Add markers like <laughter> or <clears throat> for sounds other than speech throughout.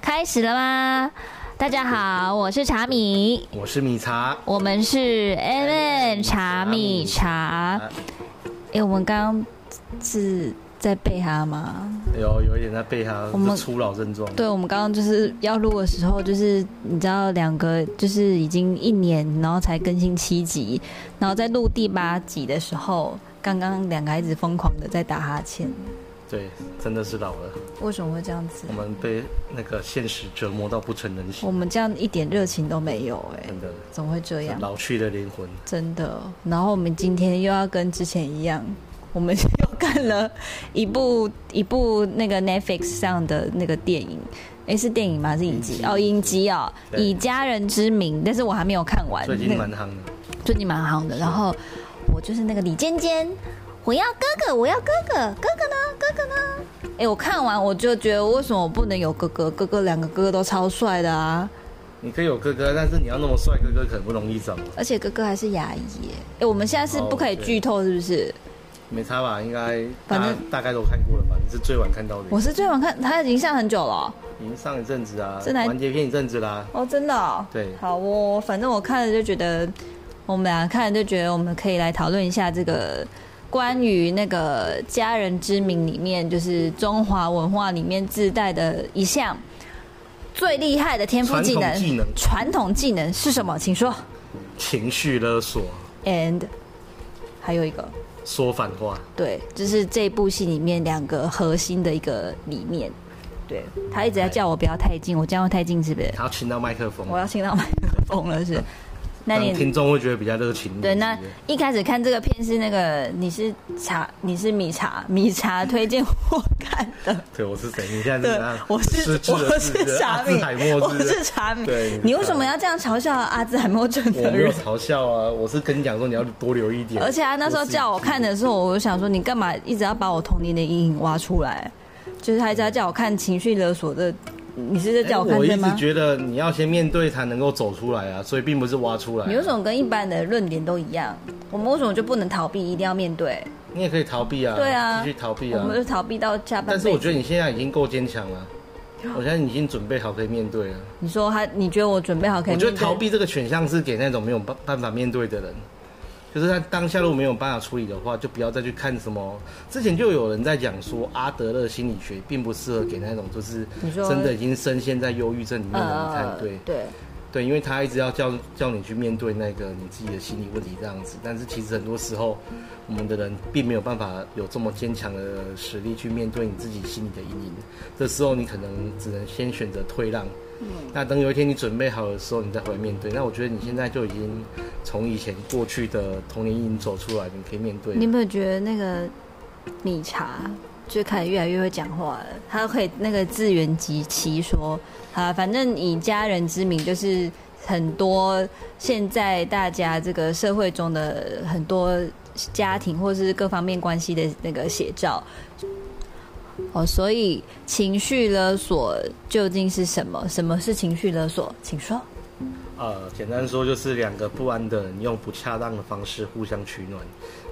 开始了吗？大家好，我是茶米，我是米茶，我们是 M N 茶米茶。哎、我们刚刚是在背他吗？有哎有一点在背他我们的初老症状。对，我们刚刚就是要录的时候，就是你知道两个就是已经一年，然后才更新七集，然后在录第八集的时候，刚刚两个孩子疯狂的在打哈欠，对，真的是老了，为什么会这样子我？们被那个现实折磨到不成人我形，们这样一点热情都没有哎、真的怎么会这样？老去的灵魂。真的。然后我们今天又要跟之前一样，我们又看了一部 <laughs> 一部那个 Netflix 上的那个电影，诶，是电影吗？是影影集集哦，影集哦，《对以家人之名》，但是我还没有看完，最啊近那个蛮夯的，最近蛮好的。然后我就是那个李尖尖，我要哥哥，我要哥哥，哥哥呢？哥哥呢？哎、我看完我就觉得为什么我不能有哥哥？哥哥两个哥哥都超帅的啊！你可以有哥哥，但是你要那么帅，哥哥可能不容易找，而且哥哥还是牙医耶。哎、我们现在是不可以哦对剧透，是不是？没差吧？应该反大家正大概都看过了吧？你是最晚看到的，我是最晚看，他已经上很久了哦。已经上一阵子啊，真的还完结篇一阵子啦。哦真的、哦。对好哦，反正我看了就觉得，我们俩看了就觉得，我们可以来讨论一下这个关于那个《家人之名》里面，就是中华文化里面自带的一项最厉害的天赋技能传统技能，传统技能是什么？请说。情绪勒索， And 还有一个，说反话，对，就是这部戏里面两个核心的一个理念。对他一直在叫我不要太近，我这样会太近是不是？然后亲到麦克风，我要亲到麦克风了是？那让你听众会觉得比较热情一对点。那一开始看这个片是那个你是茶你是米茶米茶推荐我看的，对，我是谁？你现在是对怎样？我是失智了我是不是是茶阿米兹海默，我是不是茶米对，你为什么要这样嘲笑阿兹海默症我的没有人？嘲笑啊，我是跟你讲说你要多留一点。而且他那时候叫我看的时候，我就想说你干嘛一直要把我童年的阴影挖出来？就是他一直要叫我看情绪勒索的，你是在哎叫我看我一对直吗？觉得你要先面对才能够走出来啊，所以并不是挖出来啊。你为什么跟一般人的论点都一样？我们为什么就不能逃避，一定要面对？你也可以逃避啊，对啊，继续逃避我啊们。就逃避到下半辈但子。是我觉得你现在已经够坚强了，啊啊我现在已经准备好可以面对了。你说他，你觉得我准备好可以我面对？觉得逃避这个选项是给那种没有办办法面对的人，就是他当下如果没有办法处理的话，就不要再去看什么。之前就有人在讲说，阿德勒心理学并不适合给那种就是你说真的已经深陷在忧郁症里面的人看。对呃对，对，因为他一直要叫叫你去面对那个你自己的心理问题这样子，但是其实很多时候我们的人并没有办法有这么坚强的实力去面对你自己心里的阴影，这时候你可能只能先选择退让。嗯那等有一天你准备好的时候，你再回来面对。那我觉得你现在就已经从以前过去的童年阴影走出来，你可以面对。你有没有觉得那个米茶就开始越来越会讲话了？他可以那个自圆其其说，啊，反正以家人之名就是。很多现在大家这个社会中的很多家庭或是各方面关系的那个写照，哦，所以情绪勒索究竟是什么？什么是情绪勒索？请说。呃，简单说就是两个不安的人用不恰当的方式互相取暖，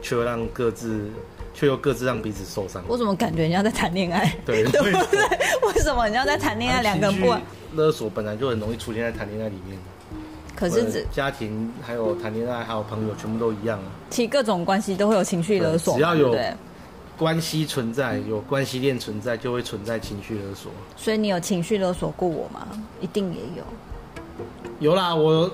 却又让各自却又各自让彼此受伤。我怎么感觉人家在谈恋爱？对 <laughs> 对不对？为什么人家在谈恋爱？两个人不安，勒索本来就很容易出现在谈恋爱里面，可可是只家庭还有谈恋爱还有朋友全部都一样啊。其实各种关系都会有情绪勒索嘛，只要对有不对关系存在，有关系链存在，就会存在情绪勒索。所以你有情绪勒索过我吗？一定也有。有啦，我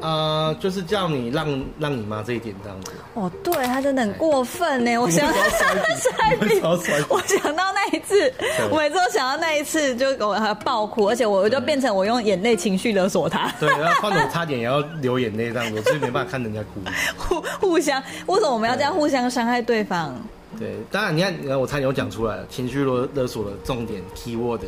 呃就是叫你让让你妈这一点这样子，哦，对他真的很过分 <laughs> 呢！我想到 <laughs> 下一你笔不要甩我想到那一次，我每次都想到那一次，就我还爆哭，而且我就变成我用眼泪情绪勒索他，对，然后换得我差点也要流眼泪这样子，我就是没办法看人家哭。 <laughs> 互互相为什么我们要这样互相伤害对方？对，当然你看，呃你看我差点有讲出来了，情绪勒勒索的重点 keyword，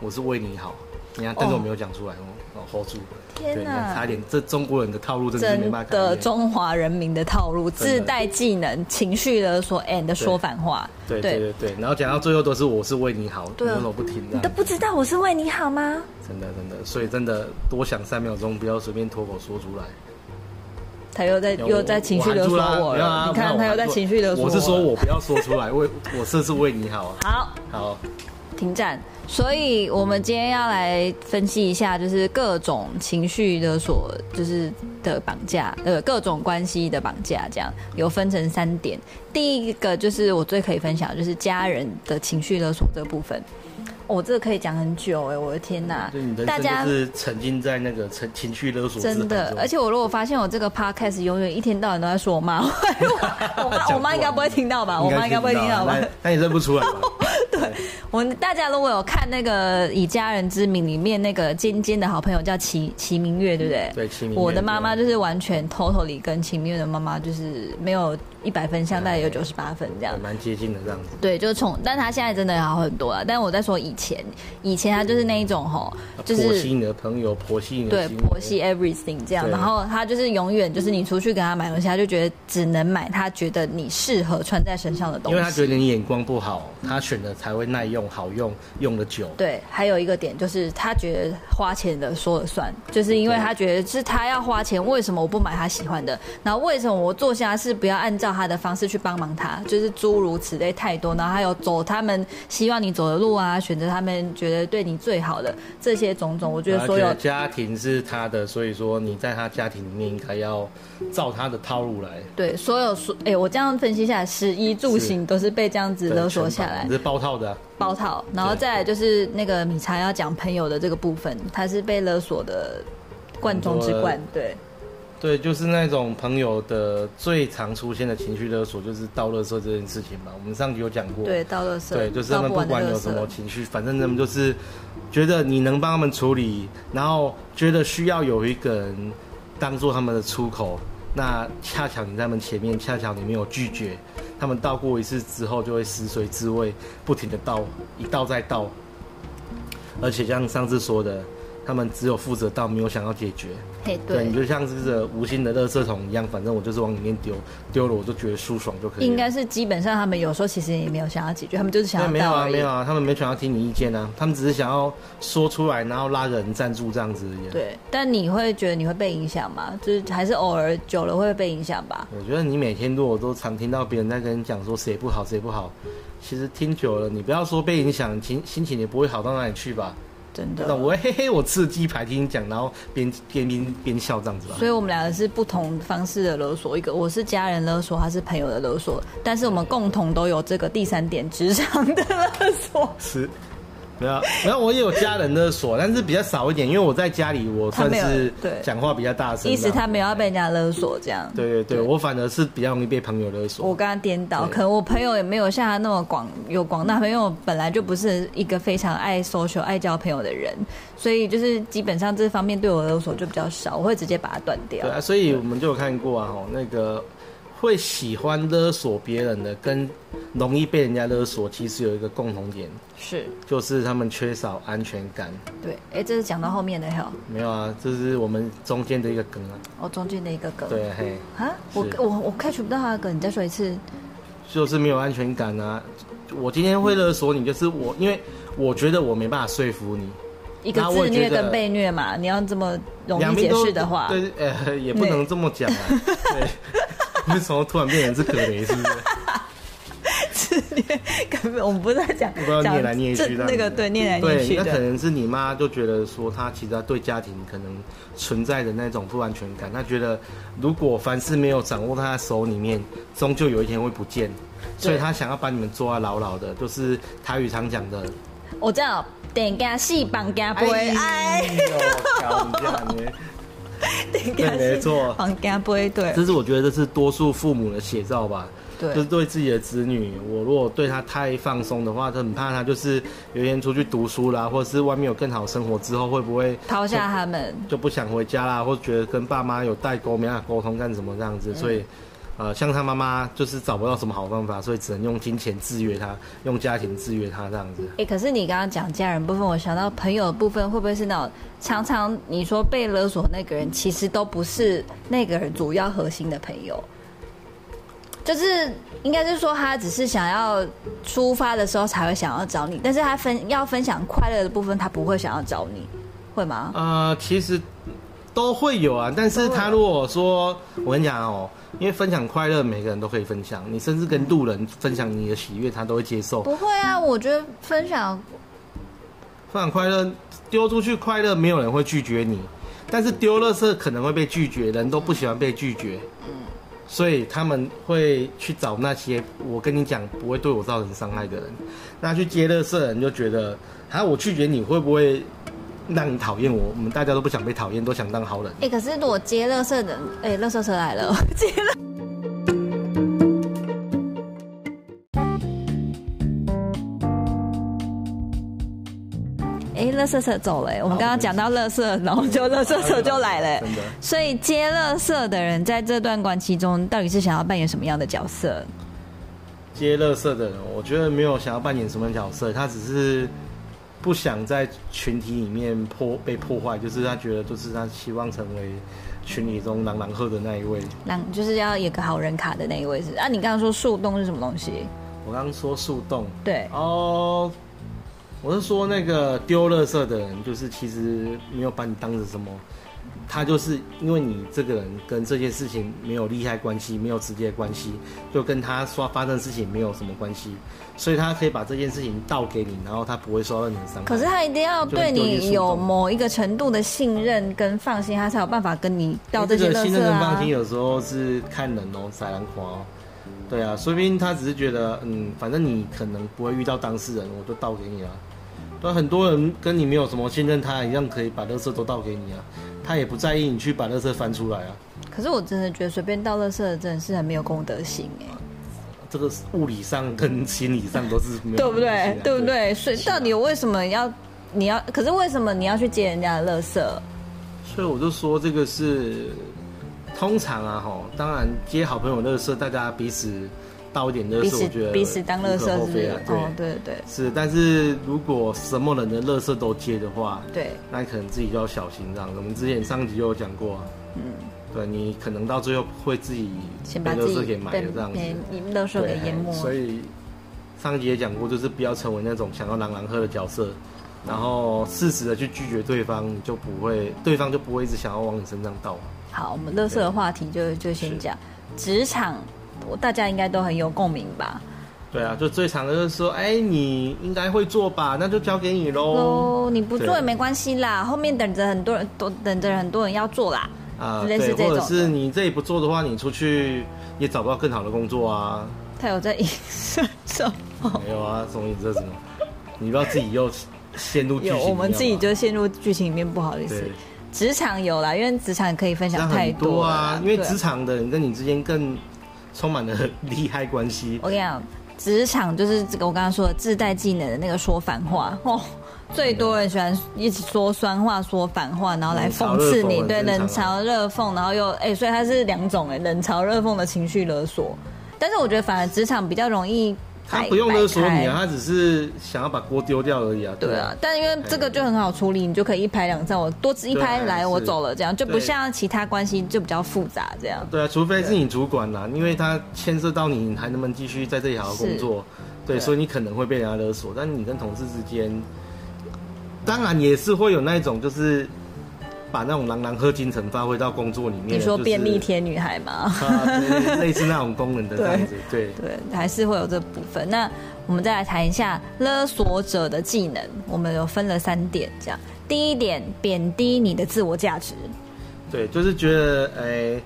我是为你好。你看，但是我没有讲出来哦，哦 hold 住。天哪对你看差点，这中国人的套路真的是没真办法改的变中华人民的套路，真的自带技能、情绪勒索 and 说反话。对对对对，然后讲到最后都是我是为你好，你对啊为什么 <laughs> 不听这你样都？不知道我是为你好吗？真的真的，所以真的多想三秒钟，不要随便脱口说出来。他又在有又在情绪勒索我我含住啦没有了，啊你看没他有又在情绪勒索我是说了我不要说出来，为我这是为你好啊。好，好，停战。所以我们今天要来分析一下，就是各种情绪的所就是的绑架，呃，各种关系的绑架，这样有分成三点。第一个就是我最可以分享的，就是家人的情绪勒索这部分。我、这个可以讲很久哎、我的天呐！对你人大生家就是沉浸在那个情情绪勒索之海真的，中而且我如果发现我这个 podcast 永远一天到晚都在说我妈 <laughs> 坏话，我妈我妈应该不会听到吧？我妈应该不会听到吧？啊那那你认不出来吧？我们大家如果有看那个《以家人之名》里面那个尖尖的好朋友叫齐齐明月，对不对？嗯对，清明我月的妈妈对就是完全 totally 跟齐明月的妈妈就是没有一百分像，大嗯概有九十八分 <laughs> 这样还。蛮接近的这样子，对，就是从，但她现在真的好很多了。但我在说以前，以前她就是那一种吼，就剖是析你的朋友，剖析你的对行为婆媳 everything 这样，对然后他就是永远就是你出去给他买东西，他就觉得只能买他觉得你适合穿在身上的东因为他西。觉得你眼光不好，他选的才会耐用、好用、用的久。对，还有一个点就是他觉得花钱的说了算，就是因为对他觉得是他要花钱，为什么我不买他喜欢的？然后为什么我做家事不要按照他的方式去帮忙他？就是诸如此类太多，然后还有走他们希望你走的路啊，选择他们觉得对你最好的这些种种，我觉得他所有家庭是他的，所以说你在他家庭里面应该要照他的套路来。对，所有所哎、我这样分析下来，食衣住行都是被这样子勒索对下来你，是包套的啊、包套，然后再来就是那个米茶要讲朋友的这个部分，他是被勒索的罐中之冠，对对，就是那种朋友的最常出现的情绪勒索，就是倒垃圾这件事情嘛。我们上集有讲过，对，到垃圾，对，就是他到们不不完的垃管有圾什，么情绪，反正他们就是觉得你能帮他们处理，然后觉得需要有一个人当做他们的出口。那恰巧你在他们前面，恰巧你没有拒绝，他们倒过一次之后就会食髓知味，不停的倒，一倒再倒。而且像上次说的，他们只有负责倒，没有想要解决。嘿，你对，就像是这无心的垃圾桶一样，反正我就是往里面丢，丢了我就觉得舒爽就可以了。应该是基本上他们有时候其实也没有想要解决，他们就是想对，要没有到啊，而没已有。啊，他们没想要听你意见啊，他们只是想要说出来，然后拉个人赞助这样子而已。，啊对，但你会觉得你会被影响吗？就是还是偶尔久了会被影响吧。我觉得你每天如果都常听到别人在跟你讲说谁不好谁不好，其实听久了，你不要说被影响，心心情也不会好到哪里去吧。真的那，我会嘿嘿，我吃了鸡排听你讲，然后边边边边笑这样子吧。所以我们两个是不同方式的勒索，一个我是家人勒索，他是朋友的勒索，但是我们共同都有这个第三点职场的勒索。是，没有，啊没有，我也有家人勒索，但是比较少一点，因为我在家里我他算没有是对讲话比较大声。意思他没有要被人家勒索这样。啊对对对，我反而是比较容易被朋友勒索。我刚刚颠倒，对可能我朋友也没有像他那么广有广大朋友，因为我本来就不是一个非常爱 social、爱交朋友的人，所以就是基本上这方面对我的勒索就比较少，我会直接把它断掉对。啊，所以我们就有看过啊，吼，那个会喜欢勒索别人的，跟容易被人家勒索，其实有一个共同点，是，就是他们缺少安全感。对，哎，这是讲到后面的哈，没有啊，这是我们中间的一个梗啊。我、中间的一个梗。对，嘿，啊，我是我我 catch 不到他的梗，你再说一次。就是没有安全感啊。我今天会勒索你，就是我，因为我觉得我没办法说服你，一个那我自也虐觉得跟被虐嘛，你要这么容两易边解都释的话，对，呃，也不能这么讲啊。对， <laughs> 为什么突然变成是葛雷？是不是？ <laughs> 自虐根本我们不是在讲不要讲念来念去这这样那个子对念来念对，去那可的，能是你妈就觉得说，她其实她对家庭可能存在的那种不安全感，她觉得如果凡事没有掌握在她手里面，终究有一天会不见，所以她想要把你们抓牢牢的，就是台语常讲的。我知道。等下戏绑架杯，哎，呦，搞啊你这样呢等对下没戏错绑架杯，对这是我觉得这是多数父母的写照吧。就对是对自己的子女，我如果对他太放松的话，就很怕他就是有一天出去读书啦，或者是外面有更好的生活之后，会不会抛下他们，就不想回家啦，或觉得跟爸妈有代沟，没办法沟通干什么这样子，所以，呃，像他妈妈就是找不到什么好办法，所以只能用金钱制约他，用家庭制约他这样子。哎、可是你刚刚讲家人部分，我想到朋友的部分，会不会是那种常常你说被勒索那个人，其实都不是那个人主要核心的朋友，就是应该是说他只是想要出发的时候才会想要找你，但是他分要分享快乐的部分，他不会想要找你，会吗？呃，其实都会有啊，但是他如果说，我跟你讲哦，因为分享快乐，每个人都可以分享，你甚至跟路人分享你的喜悦，他都会接受。不会啊，我觉得分享分享快乐，丢出去快乐，没有人会拒绝你，但是丢垃圾可能会被拒绝，人都不喜欢被拒绝，嗯所以他们会去找那些我跟你讲不会对我造成伤害的人，那去接垃圾的人就觉得，啊，我拒绝你会不会让你讨厌我？我们大家都不想被讨厌，都想当好人。哎、可是如果接垃圾的人，哎、垃圾车来了， <laughs> 接了。哎、垃圾车走了、哎我们刚刚讲到垃圾，然后 <laughs> 就垃圾车就来了、哎真的。所以接垃圾的人在这段关系中，到底是想要扮演什么样的角色？接乐色的人，我觉得没有想要扮演什么角色，他只是不想在群体里面破被破坏，就是他觉得就是他希望成为群体中朗朗赫的那一位。让就是要有个好人卡的那一位是啊？你刚刚说树洞是什么东西？我刚刚说树洞对，哦，我是说那个丢乐色的人，就是其实没有把你当成什么。他就是因为你这个人跟这件事情没有利害关系，没有直接关系，就跟他说发生的事情没有什么关系，所以他可以把这件事情倒给你，然后他不会受到你的伤害。可是他一定要对你有某一个程度的信任跟放心，他才有办法跟你到这些个乐信任色跟放啊心。有时候是看人哦，才能夸哦。对啊，说不定他只是觉得，嗯，反正你可能不会遇到当事人，我就倒给你啊。对啊，很多人跟你没有什么信任，他一样可以把垃圾都倒给你啊，他也不在意你去把垃圾翻出来啊。可是我真的觉得随便倒垃圾的真的是很没有公德心哎、这个是物理上跟心理上都是没有对不关对系？的对不？对？所以啊到底为什么要你要？可是为什么你要去接人家的垃圾？所以我就说这个是通常啊，吼，当然接好朋友乐色，大家彼此倒一点乐彼色，此我觉得彼此当垃圾无可是不厚非是啊？？对。哦，对对是，但是如果什么人的乐色都接的话，对，那你可能自己就要小心这样。我们之前上集就有讲过、啊，嗯，对你可能到最后会自己先被把乐自色己给埋了这样子，被被垃圾给淹没。所以上集也讲过，就是不要成为那种想要狼狼喝的角色，然后适时的去拒绝对方，你就不会，对方就不会一直想要往你身上倒。好，我们乐色的话题就就先是讲职场，我大家应该都很有共鸣吧？对啊，就最常的就是说，哎，你应该会做吧，那就交给你喽。喽，你不做对也没关系啦，后面等着很多人都等着很多人要做啦。啊、类似对，这种或者是你这里不做的话，你出去也找不到更好的工作啊。他有在影射什么？没有啊，什么你这什么，你不要自己又陷入剧情有，里面我们自己好不好就陷入剧情里面，不好意思对。职场有啦，因为职场可以分那享太很多了啊啦，因为对职场的人跟你之间更充满了 <laughs> 利害关系。我跟你讲，职场就是这个我刚刚说的自带技能的那个说反话哦。最多人喜欢一直说酸话、说反话，然后来讽刺你，冷对，嘲热讽很冷正常啊嘲热讽，然后又哎、所以它是两种哎，冷嘲热讽的情绪勒索。但是我觉得反而职场比较容易摆，他不用勒索你摆啊，开他只是想要把锅丢掉而已啊。对啊，，但因为这个就很好处理，你就可以一拍两散，我多吃一拍对来，我是走了，这样就不对像其他关系就比较复杂这样。对啊，除非是你主管啦、因为他牵涉到你还能不能继续在这里好好工作，对，对所以你可能会被人家勒索。但你跟同事之间，当然也是会有那一种就是把那种狼狼喝精神发挥到工作里面的。你说就是便利贴女孩吗？啊，对类似那种功 <laughs> 能的这样子，对。对，还是会有这部分。那我们再来谈一下勒索者的技能，我们有分了三点，这样。第一点，贬低你的自我价值，对，就是觉得，哎、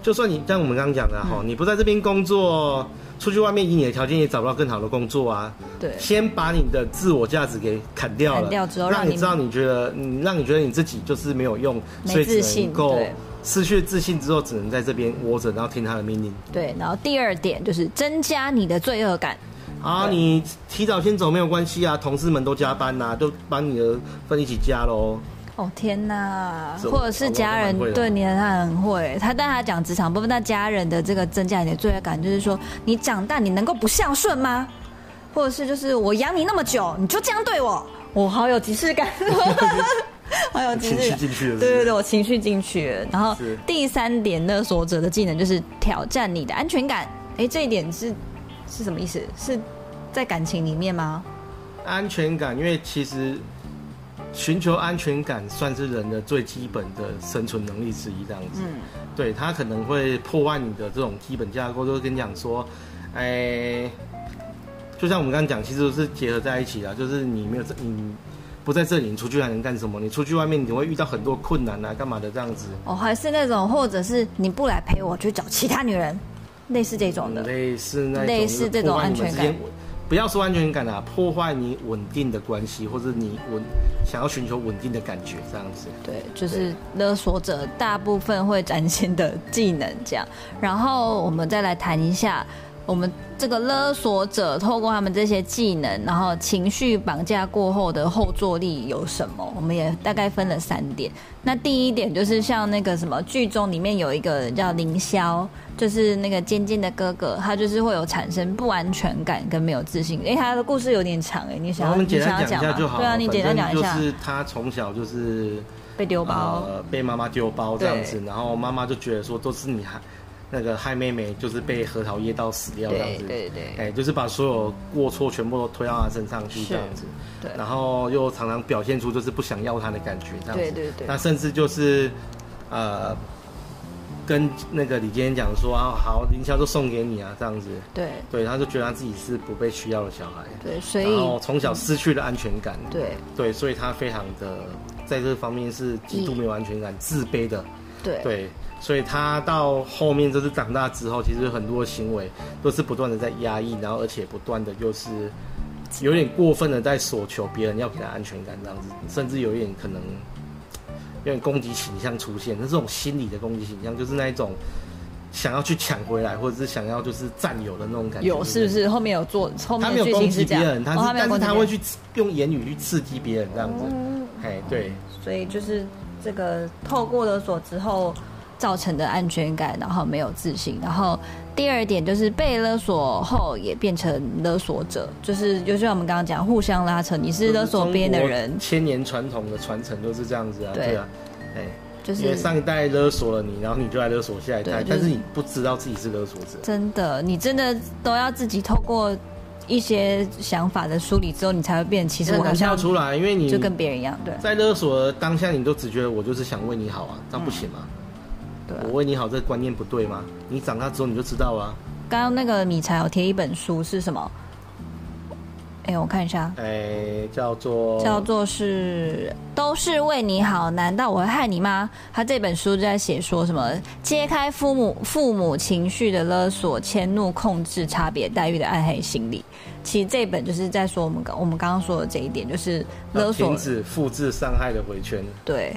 就算你像我们刚刚讲的嗯哈、你不在这边工作，出去外面以你的条件也找不到更好的工作啊。对先把你的自我价值给砍掉了，砍掉之后让让你你知道你觉得，你让你觉得你自己就是没有用，没所以自只信能够对失去自信之后，只能在这边窝着，然后听他的命令。对。然后第二点就是增加你的罪恶感，啊，对你提早先走没有关系啊，同事们都加班呐、就把你的份一起加喽。哦天哪，这我或者是家人我蛮会的对你他很会，他但他讲职场部分，那家人的这个增加你的罪恶感，就是说你长大你能够不孝顺吗？或者是就是我养你那么久，你就这样对我，我好有即视 <laughs> 感， <laughs> 好有即情视绪感。进去了是不对是对对，我情绪进去了。然后是第三点，勒索者的技能就是挑战你的安全感。哎，这一点是是什么意思？是在感情里面吗？安全感，因为其实寻求安全感算是人的最基本的生存能力之一，这样子。嗯对他可能会破坏你的这种基本架构，就是跟你讲说，啊哎，就像我们刚刚讲，其实都是结合在一起的，就是你没有你不在这里，你出去还能干什么？你出去外面你会遇到很多困难啊，干嘛的这样子。哦，还是那种，或者是你不来陪我去找其他女人，类似这种的。嗯类似那种哦类似这种破坏你们安全之感间稳，不要说安全感啊，破坏你稳定的关系，或者你稳想要寻求稳定的感觉这样子。对，就是勒索者大部分会展现的技能这样。然后我们再来谈一下，我们这个勒索者透过他们这些技能，然后情绪绑架过后的后坐力有什么？我们也大概分了三点。那第一点就是像那个什么剧中里面有一个人叫凌霄，就是那个尖尖的哥哥，他就是会有产生不安全感跟没有自信。因为他的故事有点长哎、你然想后要我们你简想单要讲一吗下就好了。对啊，你简单反讲正一下就是他从小就是被丢包。呃被妈妈丢包这样子，然后妈妈就觉得说都是你害那个害妹妹，就是被核桃噎到死掉这样对子。对对哎、就是把所有过错全部都推到他身上去是这样子，对然后又常常表现出就是不想要他的感觉这样子，对对对那甚至就是，呃，跟那个李坚讲说啊，好，凌霄就送给你啊这样子，对对，他就觉得他自己是不被需要的小孩，对，所然后以从小失去了安全感，对对，所以他非常的在这方面是极度没有安全感、自卑的，对对，所以他到后面就是长大之后，其实很多行为都是不断的在压抑，然后而且不断的就是有点过分的在索求别人要给他安全感这样子，甚至有一点可能有点攻击倾向出现，那这种心理的攻击倾向就是那一种。想要去抢回来，或者是想要就是占有的那种感觉，有是不是？是后面有做后他面的没有剧攻情击是这别样？人，他是、哦、他没有但攻是击他别会人，哦去刺用言语去刺激别人这样子，哎、对，所以就是这个透过勒索之后造成的安全感，然后没有自信，然后第二点就是被勒索后也变成勒索者，就是就像我们刚刚讲互相拉扯，你是勒索别人的人中国，千年传统的传承都是这样子啊，对对啊，哎、就因为是。上一代勒索了你，然后你就来勒索下一代，对就是但是你不知道自己是勒索者。真的，你真的都要自己透过一些想法的梳理之后，你才会变。其实很我好难跳像出来，因为你就跟别人一样，对在勒索的当下，你都只觉得我就是想为你好啊，那不行吗？对啊。我为你好这个观念不对吗？你长大之后你就知道啊。刚刚那个米才有贴一本书是什么？哎、我看一下，哎、叫做叫做是都是为你好，难道我会害你吗？他这本书就在写说什么揭开父母父母情绪的勒索、迁怒、控制、差别待遇的暗黑心理。其实这本就是在说我们刚我们刚刚说的这一点，就是勒要索呃停止复制伤害的回圈，对。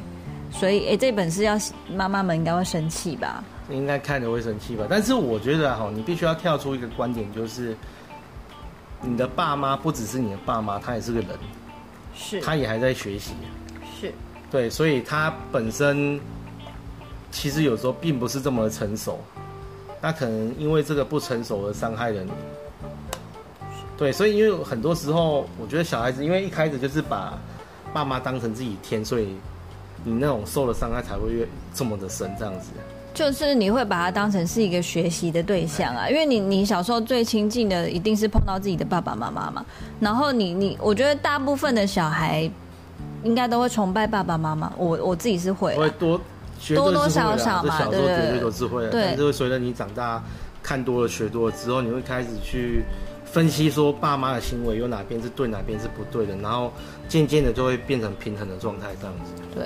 所以，哎、这本是要妈妈们应该会生气吧？应该看着会生气吧？但是我觉得哈，你必须要跳出一个观点，就是你的爸妈不只是你的爸妈，他也是个人，是他也还在学习。是，对，所以他本身其实有时候并不是这么成熟，那可能因为这个不成熟而伤害了你。对，所以因为很多时候，我觉得小孩子因为一开始就是把爸妈当成自己天，所以你那种受的伤害才会越这么的深，这样子。就是你会把它当成是一个学习的对象啊，因为你你小时候最亲近的一定是碰到自己的爸爸妈妈嘛，然后你你我觉得大部分的小孩应该都会崇拜爸爸妈妈，我我自己是会会啊，多绝对是会多多的少少这嘛小时对候不对绝对都是会的，对但是会随着你长大看多了学多了之后，你会开始去分析说爸妈的行为有哪边是对，哪边是不对的，然后渐渐的就会变成平衡的状态这样子。对。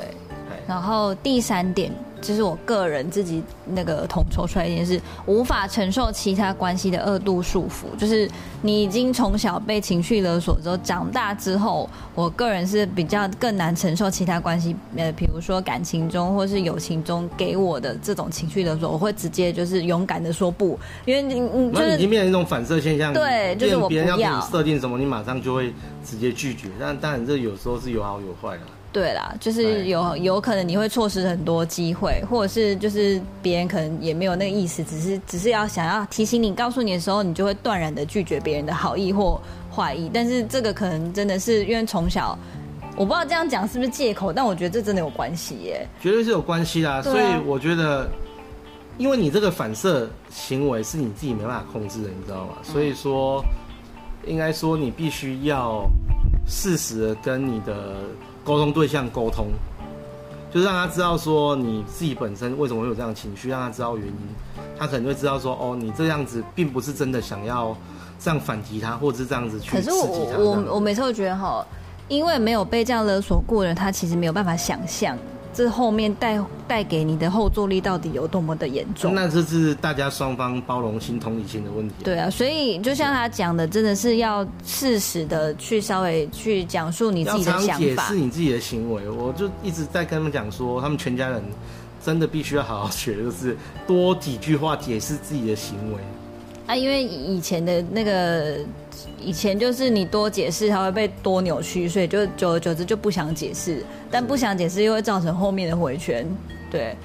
哎，然后第三点就是我个人自己那个统筹出来一点是无法承受其他关系的二度束缚，就是你已经从小被情绪勒索之后，长大之后，我个人是比较更难承受其他关系，呃，比如说感情中或是友情中给我的这种情绪勒索，我会直接就是勇敢的说不，因为你你就那你已是经变成一种反射现象，对就是我变别人不要要给你设定什么，你马上就会直接拒绝。但当然这有时候是有好有坏的。对啦，就哎是有有可能你会错失很多机会，或者是就是别人可能也没有那个意思，只是只是要想要提醒你、告诉你的时候，你就会断然的拒绝别人的好意或坏意。但是这个可能真的是因为从小，我不知道这样讲是不是借口，但我觉得这真的有关系耶。绝对是有关系啦、对啊所以我觉得，因为你这个反射行为是你自己没办法控制的，你知道吗？嗯所以说，应该说你必须要适时的跟你的沟通对象沟通，就是让他知道说你自己本身为什么会有这样的情绪，让他知道原因，他可能会知道说哦，你这样子并不是真的想要这样反击他，或者是这样子去可是刺激他我这样我子。我每次会觉得哈，因为没有被这样勒索过的人，他其实没有办法想象这后面带带给你的后坐力到底有多么的严重。那这是大家双方包容心、同理心的问题。对啊，所以就像他讲的，真的是要适时的去稍微去讲述你自要己的常想解法释。你自己的行为。我就一直在跟他们讲说，他们全家人真的必须要好好学，就是多几句话解释自己的行为。啊，因为以前的那个，以前就是你多解释，它会被多扭曲，所以就久而久之就不想解释，但不想解释又会造成后面的回圈。对，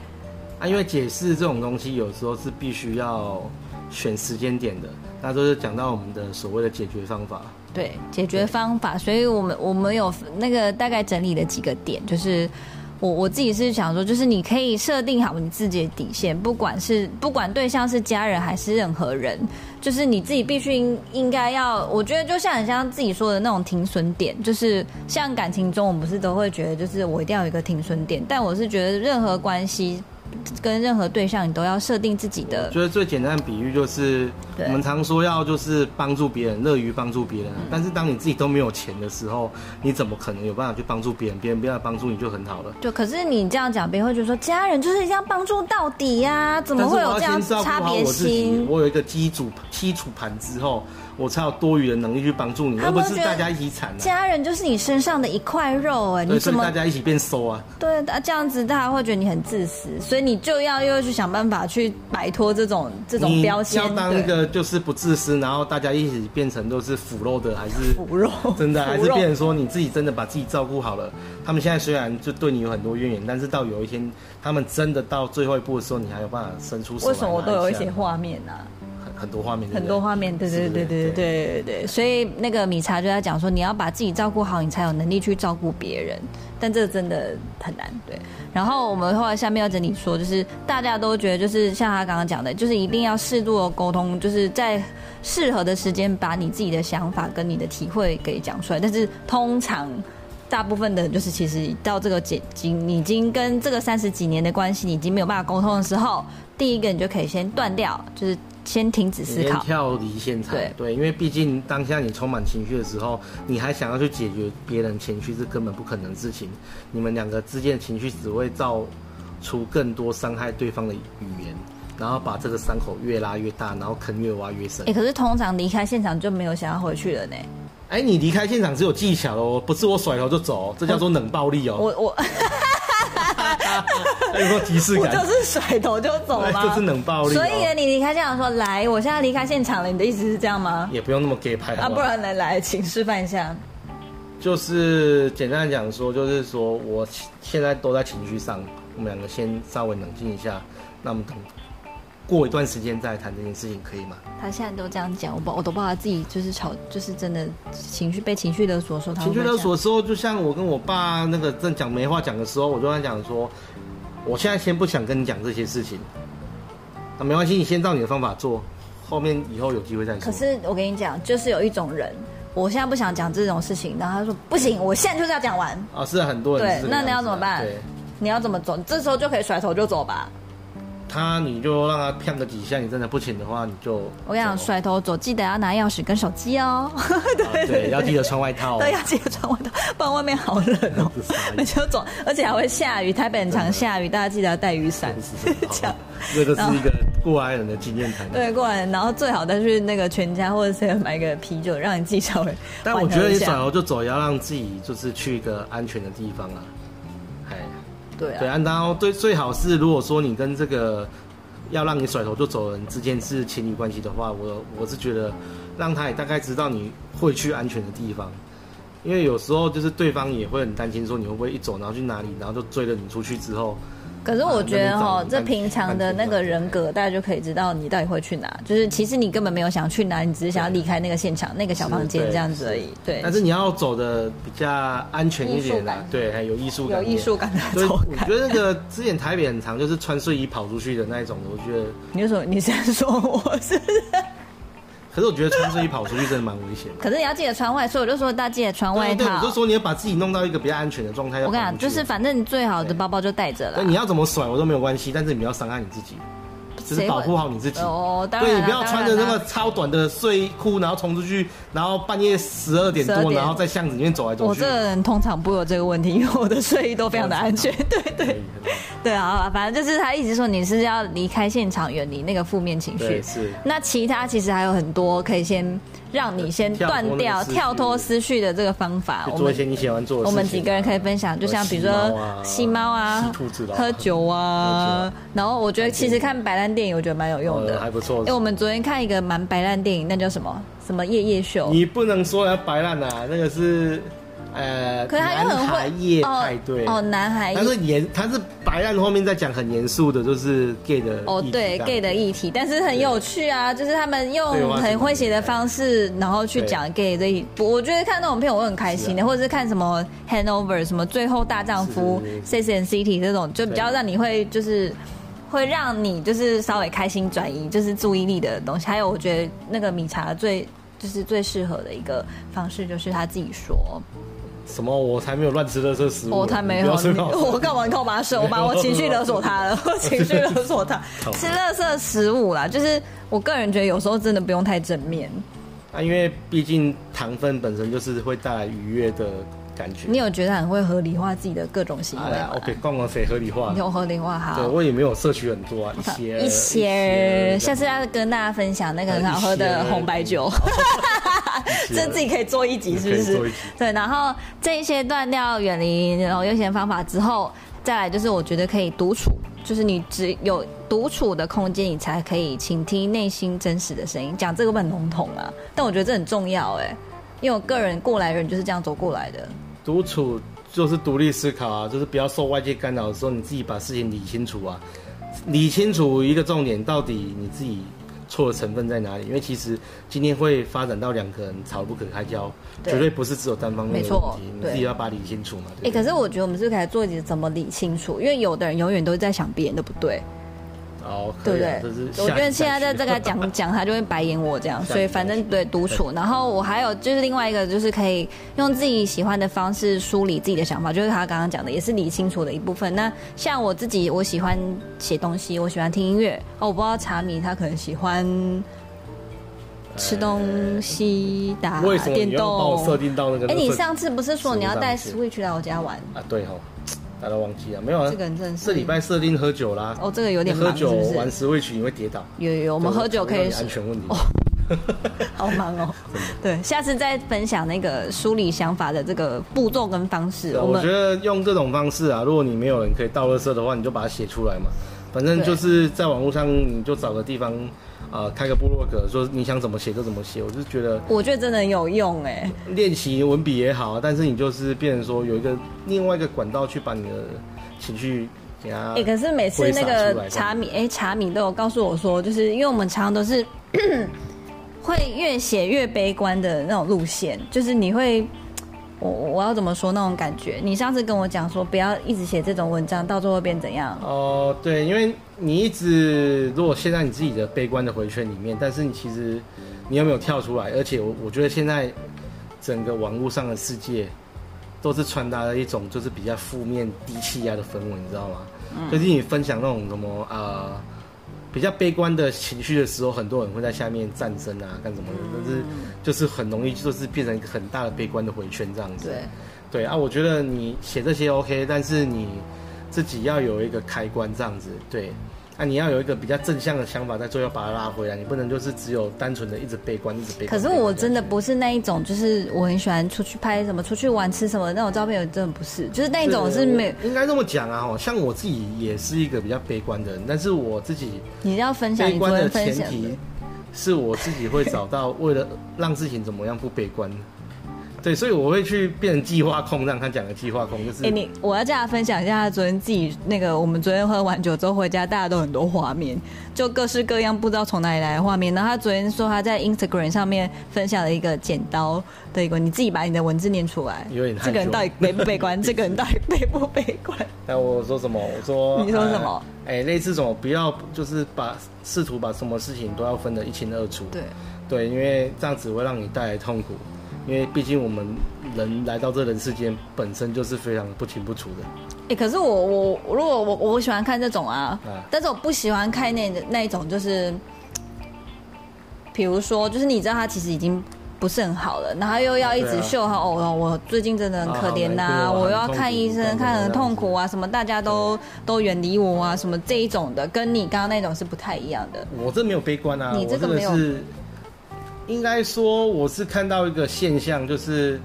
啊，因为解释这种东西有时候是必须要选时间点的，那都是讲到我们的所谓的解决方法。对，解决方法。所以我们我们有那个大概整理了几个点，就是我我自己是想说，就是你可以设定好你自己的底线，不管是不管对象是家人还是任何人，就是你自己必须应应该要，我觉得就像很像自己说的那种停损点，就是像感情中我们不是都会觉得，就是我一定要有一个停损点，但我是觉得任何关系。跟任何对象，你都要设定自己的我觉得最简单的比喻就是，对嗯我们常说要就是帮助别人，乐于帮助别人啊。但是当你自己都没有钱的时候，你怎么可能有办法去帮助别人？别人不要帮助你就很好了。对，可是你这样讲，别人会觉得说家人就是一定要帮助到底呀、怎么但是会有我要这样先照顾差好别我自己心，？我有一个基础基础盘之后，我才有多余的能力去帮助你，他而们会不是觉得大家一起惨啊。家人就是你身上的一块肉、哎，你对，所怎以么大家一起变瘦啊。对啊？这样子大家会觉得你很自私，所以你就要又要去想办法去摆脱这种这种你标签，要当一对个就是不自私，然后大家一起变成都是腐肉的，还是腐肉，真的，啊腐还是肉变成说你自己真的把自己照顾好了。他们现在虽然就对你有很多怨言，但是到有一天，他们真的到最后一步的时候，你还有办法伸出手来为什么我拿都有一下些画面啊？很很多画面，对不对很多画面，对对是对对对对对对，所以那个米茶就在讲说，你要把自己照顾好，你才有能力去照顾别人，但这个真的很难，对。然后我们后来下面要整理说，就是大家都觉得，就是像他刚刚讲的，就是一定要适度的沟通，就是在适合的时间把你自己的想法跟你的体会给讲出来，但是通常。大部分的人就是，其实到这个几几，你已经跟这个三十几年的关系，你已经没有办法沟通的时候，第一个你就可以先断掉，就是先停止思你先考。跳离现场，对因为毕竟当下你充满情绪的时候，你还想要去解决别人情绪是根本不可能的事情。你们两个之间的情绪只会造出更多伤害对方的语言，然后把这个伤口越拉越大，然后坑越挖越深哎、。可是通常离开现场就没有想要回去了呢。哎、你离开现场是有技巧的哦，不是我甩头就走哦，这叫做冷暴力 <laughs> 哦。我我哎有没有即视 <laughs> 我感？就是甩头就走 <laughs> 哎吗？这是冷暴力、哦。所以呢，你离开现场说来，我现在离开现场了，你的意思是这样吗？也不用那么 gay 拍啊，不然来来，请示范一下。就是简单地讲说，就是说我现在都在情绪上，我们两个先稍微冷静一下，那我们等过一段时间再谈这件事情，可以吗？他现在都这样讲，我不我都不知道他自己就是吵，就是真的情绪被情绪勒索的时候，他会情不会绪这样勒索的时候，就像我跟我爸那个正讲没话讲的时候，我就跟他讲说，我现在先不想跟你讲这些事情，那没关系，你先照你的方法做，后面以后有机会再说可。是我跟你讲，就是有一种人，我现在不想讲这种事情，然后他说不行，我现在就是要讲完。啊，是啊很多人对是这个那你样要子怎么啊办对你要怎么走？你这时候就可以甩头就走吧。他，你就让他骗个几下，你真的不行的话，你 <laughs> 就啊我跟你讲，走甩头走，记得要拿钥匙跟手机哦。啊对，要记得穿外套、哦。对，要记得穿外套，不然外面好冷 <laughs> 哦这啥意思。每次都走，而且还会下雨，台北很常下雨，大家记得要带雨 <laughs> 伞。 <laughs> 这样这个是一个过来人的经验谈。对，过来，然后最好再去那个全家或者 s 买个啤酒，让你自己稍微但缓我和觉得一你下转头就走，也要让自己就是去一个安全的地方啊。哎，对对啊，啊，然后最最好是如果说你跟这个要让你甩头就走的人之间是情侣关系的话，我我是觉得让他也大概知道你会去安全的地方。因为有时候就是对方也会很担心，说你会不会一走然后去哪里，然后就追着你出去之后，可是我觉得哈、啊那你找这平常的那个人格，大家就可以知道你到底会去哪。就是其实你根本没有想去哪，你只是想要离开那个现场、那个小房间是这样子而已。对，但是你要走的比较安全一点艺术啦、感对，还有艺术感有一点，艺术感所的以走我开。觉得那个之前台北很长，就是穿睡衣跑出去的那一种的，我觉得，你就说你是在说我是 <laughs> 不是？可是我觉得穿睡衣跑出去真的蛮危险的。可是你要记得穿外，所以我就说大家记得穿外对，我套。就说你要把自己弄到一个比较安全的状态。我跟你讲，就是反正你最好的包包就带着那了你。要怎么甩我都没有关系，但是你不要伤害你自己。只是保护好你自己。哦，当然对啦你不要穿着那当然么啦超短的睡裤，然后冲出去，然后半夜十二点12多，点然后在巷子里面走来走我去。这个人通常不会有这个问题，因为我的睡衣都非常的安全。 <laughs> 对对可以很好对啊，反正就是他一直说你是要离开现场，远离那个负面情绪对。是。那其他其实还有很多可以先让你先跳脱断那个掉、思绪跳脱思绪的这个方法。就我做们一些你喜欢做的事我情啊们几个人可以分享，就像比如说吸吸猫猫啊啊、吸兔子啦喝酒啊喝酒啊，然后我觉得其实看白烂电影，我觉得蛮有用的，哦还不错因为我们昨天看一个蛮白烂电影，那叫什么？什么夜夜秀？你不能说人家白烂啊，那个是呃，可是他又男很会孩夜哦派对哦，男孩他是严，他是白烂后面在讲很严肃的，就是 gay 的哦，议题对这样 gay 的议题，但是很有趣啊，就是他们对用我还是很诙谐的方式，然后去讲 gay 的议我我觉得看那种片我会很开心的，是啊或者是看什么 Hanover 什么最后大丈夫、是 Sex and City 这种，就比较对让你会就是。会让你就是稍微开心转移，就是注意力的东西。还有，我觉得那个米茶最就是最适合的一个方式，就是他自己说，什么，我才没有乱吃垃圾食物啊，我才没你有，不要随便你我干嘛干嘛是，我把我情绪勒索他了，我情绪勒索他， <laughs> 好吃垃圾食物啦，就是我个人觉得有时候真的不用太正面。 <laughs> 啊，因为毕竟糖分本身就是会带来愉悦的感觉。你有觉得很会合理化自己的各种行哎为呀吗？ ，OK，逛逛谁合理化你？有合理化对，好。我也没有摄取很多啊，一些儿一些儿，一些下儿次要跟大家分享那个很好喝呃的一些儿红白酒，一些这儿自己可以做一集，是不可以做一是集？对，然后这一些断掉、远离然后悠闲方法之后，再来就是我觉得可以独处，就是你只有独处的空间，你才可以倾听内心真实的声音。讲这个会不会很笼统啊，但我觉得这很重要哎，因为我个人过来人就是这样走过来的。独处就是独立思考啊，就是不要受外界干扰的时候，你自己把事情理清楚啊，理清楚一个重点，到底你自己错的成分在哪里？因为其实今天会发展到两个人吵得不可开交，对绝对不是只有单方面没的错问题，你对自己要把它理清楚嘛。哎、对不可对是我觉得我们是不是可以做一集怎么理清楚，因为有的人永远都是在想别人的不对。哦，可对不以对？啊这是我觉得下集现在在这再个去 <laughs> 讲讲，他就会白眼我这样，下集所以反正对独处。然后我还有就是另外一个，就是可以用自己喜欢的方式梳理自己的想法，就是他刚刚讲的，也是理清楚的一部分。那像我自己，我喜欢写东西，我喜欢听音乐。哦，我不知道茶米他可能喜欢吃东西、打呃为什么电你要把我设动。定到那个垃哎，圾？你上次不是说你要带食物 Switch 来我家玩？啊，对吼，大家忘记了没有啊？这个人真的是这礼拜设定喝酒啦，哦，这个有点喝忙，是酒不是玩？十位曲你会跌倒。有有，我我们喝酒可以安全问题。好忙 <laughs> 哦。对，下次再分享那个梳理想法的这个步骤跟方式。对啊我我觉们得用这种方式啊，如果你没有人可以倒垃圾的话，你就把它写出来嘛。反正对就是在网络上，你就找个地方，啊，开个部落格，说你想怎么写就怎么写。我就觉得我觉得真的很有用哎。练习文笔也好，但是你就是变成说有一个另外一个管道去把你的情绪给它。哎，可是每次那啊挥洒出个来茶米哎，茶米都有告诉我说，就是因为我们常常都是 <clears throat> 会越写越悲观的那种路线，就是你会。我我要怎么说那种感觉？你上次跟我讲说，不要一直写这种文章，到最后会变怎样？哦、对，因为你一直如果陷在你自己的悲观的回圈里面，但是你其实你有没有跳出来？而且我我觉得现在整个网络上的世界都是传达了一种就是比较负面、低气压的氛围，你知道吗？就是你分享那种什么啊、呃比较悲观的情绪的时候，很多人会在下面战争啊，干什么的，但是就是很容易就是变成一个很大的悲观的回圈这样子。对，对啊，我觉得你写这些 OK，但是你自己要有一个开关这样子，对。那、你要有一个比较正向的想法，在最后把它拉回来，你不能就是只有单纯的一直悲观，一直悲可观。是我悲观真的不是那一种，就是我很喜欢出去拍什么、出去玩、吃什么那种照片，我真的不是，就是那一种是没有。我应该这么讲啊，吼，像我自己也是一个比较悲观的人，但是我自己你要分享，悲你昨观天的分前享的提是我自己会找到为了让事情怎么样不悲观，对，所以我会去变成计划控，让他讲的计划控就是。哎、你我要叫他分享一下他昨天自己那个，我们昨天喝完酒之后回家，大家都很多画面，就各式各样不知道从哪里来的画面。然后他昨天说他在 Instagram 上面分享了一个剪刀的一个，你自己把你的文字念出来。有点害羞这个人到底悲不悲观？这个人到底悲不悲观？那我说什么？我说你说什么？呃哎、类似什么？不要就是把试图把什么事情都要分得一清二楚。对，对，因为这样子会让你带来痛苦，因为毕竟我们人来到这人世间本身就是非常不清不楚哎、可是我我如果我我喜欢看这种啊，的啊。但是我不喜欢看那那一种，就是比如说，就是你知道他其实已经不是很好了，然后又要一对直啊秀他、哦哦，我最近真的很可怜啊呐、好难过啊我又要很痛苦看医干生，嘛看很这样痛子苦啊，什么大家都都远离我啊，什么这一种的，跟你刚刚那种是不太一样的。我这没有悲观啊，你这我个真的没有是，应该说我是看到一个现象，就是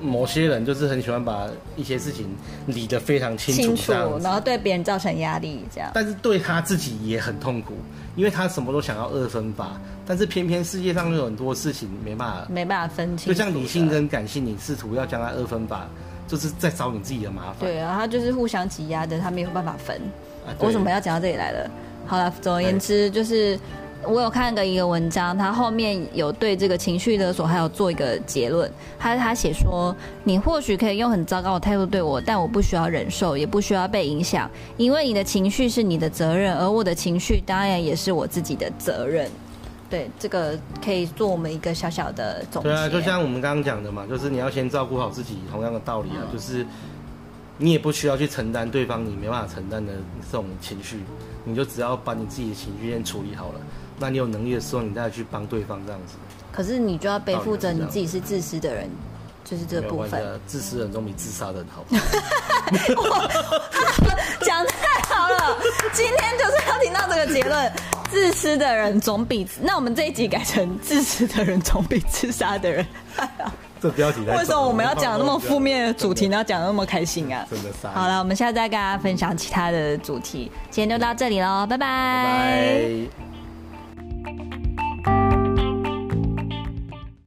某些人就是很喜欢把一些事情理得非常清楚清楚这样，子然后对别人造成压力，这样。但是对他自己也很痛苦，因为他什么都想要二分法，但是偏偏世界上有很多事情没办法，没办法分清楚就的，像理性跟感性，你试图要将它二分法，就是在找你自己的麻烦。对啊，他就是互相挤压的，他没有办法分。啊，对哎为什么要讲到这里来了？好了，总而言之，就是我有看个一个文章，他后面有对这个情绪勒索还有做一个结论。他他写说，你或许可以用很糟糕的态度对我，但我不需要忍受，也不需要被影响，因为你的情绪是你的责任，而我的情绪当然也是我自己的责任。对，这个可以做我们一个小小的总结。对啊，就像我们刚刚讲的嘛，就是你要先照顾好自己，同样的道理啊，嗯就是你也不需要去承担对方你没办法承担的这种情绪，你就只要把你自己的情绪先处理好了。那你有能力的时候，你再去帮对方这样子，可是你就要背负着道理是这你样自己是自私的人，就是这没有部关系分。啊。自私的人总比自杀的人好。 <laughs> 讲太好了，今天就是要听到这个结论：自私的人总比……那我们这一集改成自私的人总比自杀的人。这标题太重了 <laughs> 为什么我们要讲那么负面的主题，然后讲得那么开心啊？真的傻眼好了，我们下次再跟大家分享其他的主题。今天就到这里喽，拜拜拜。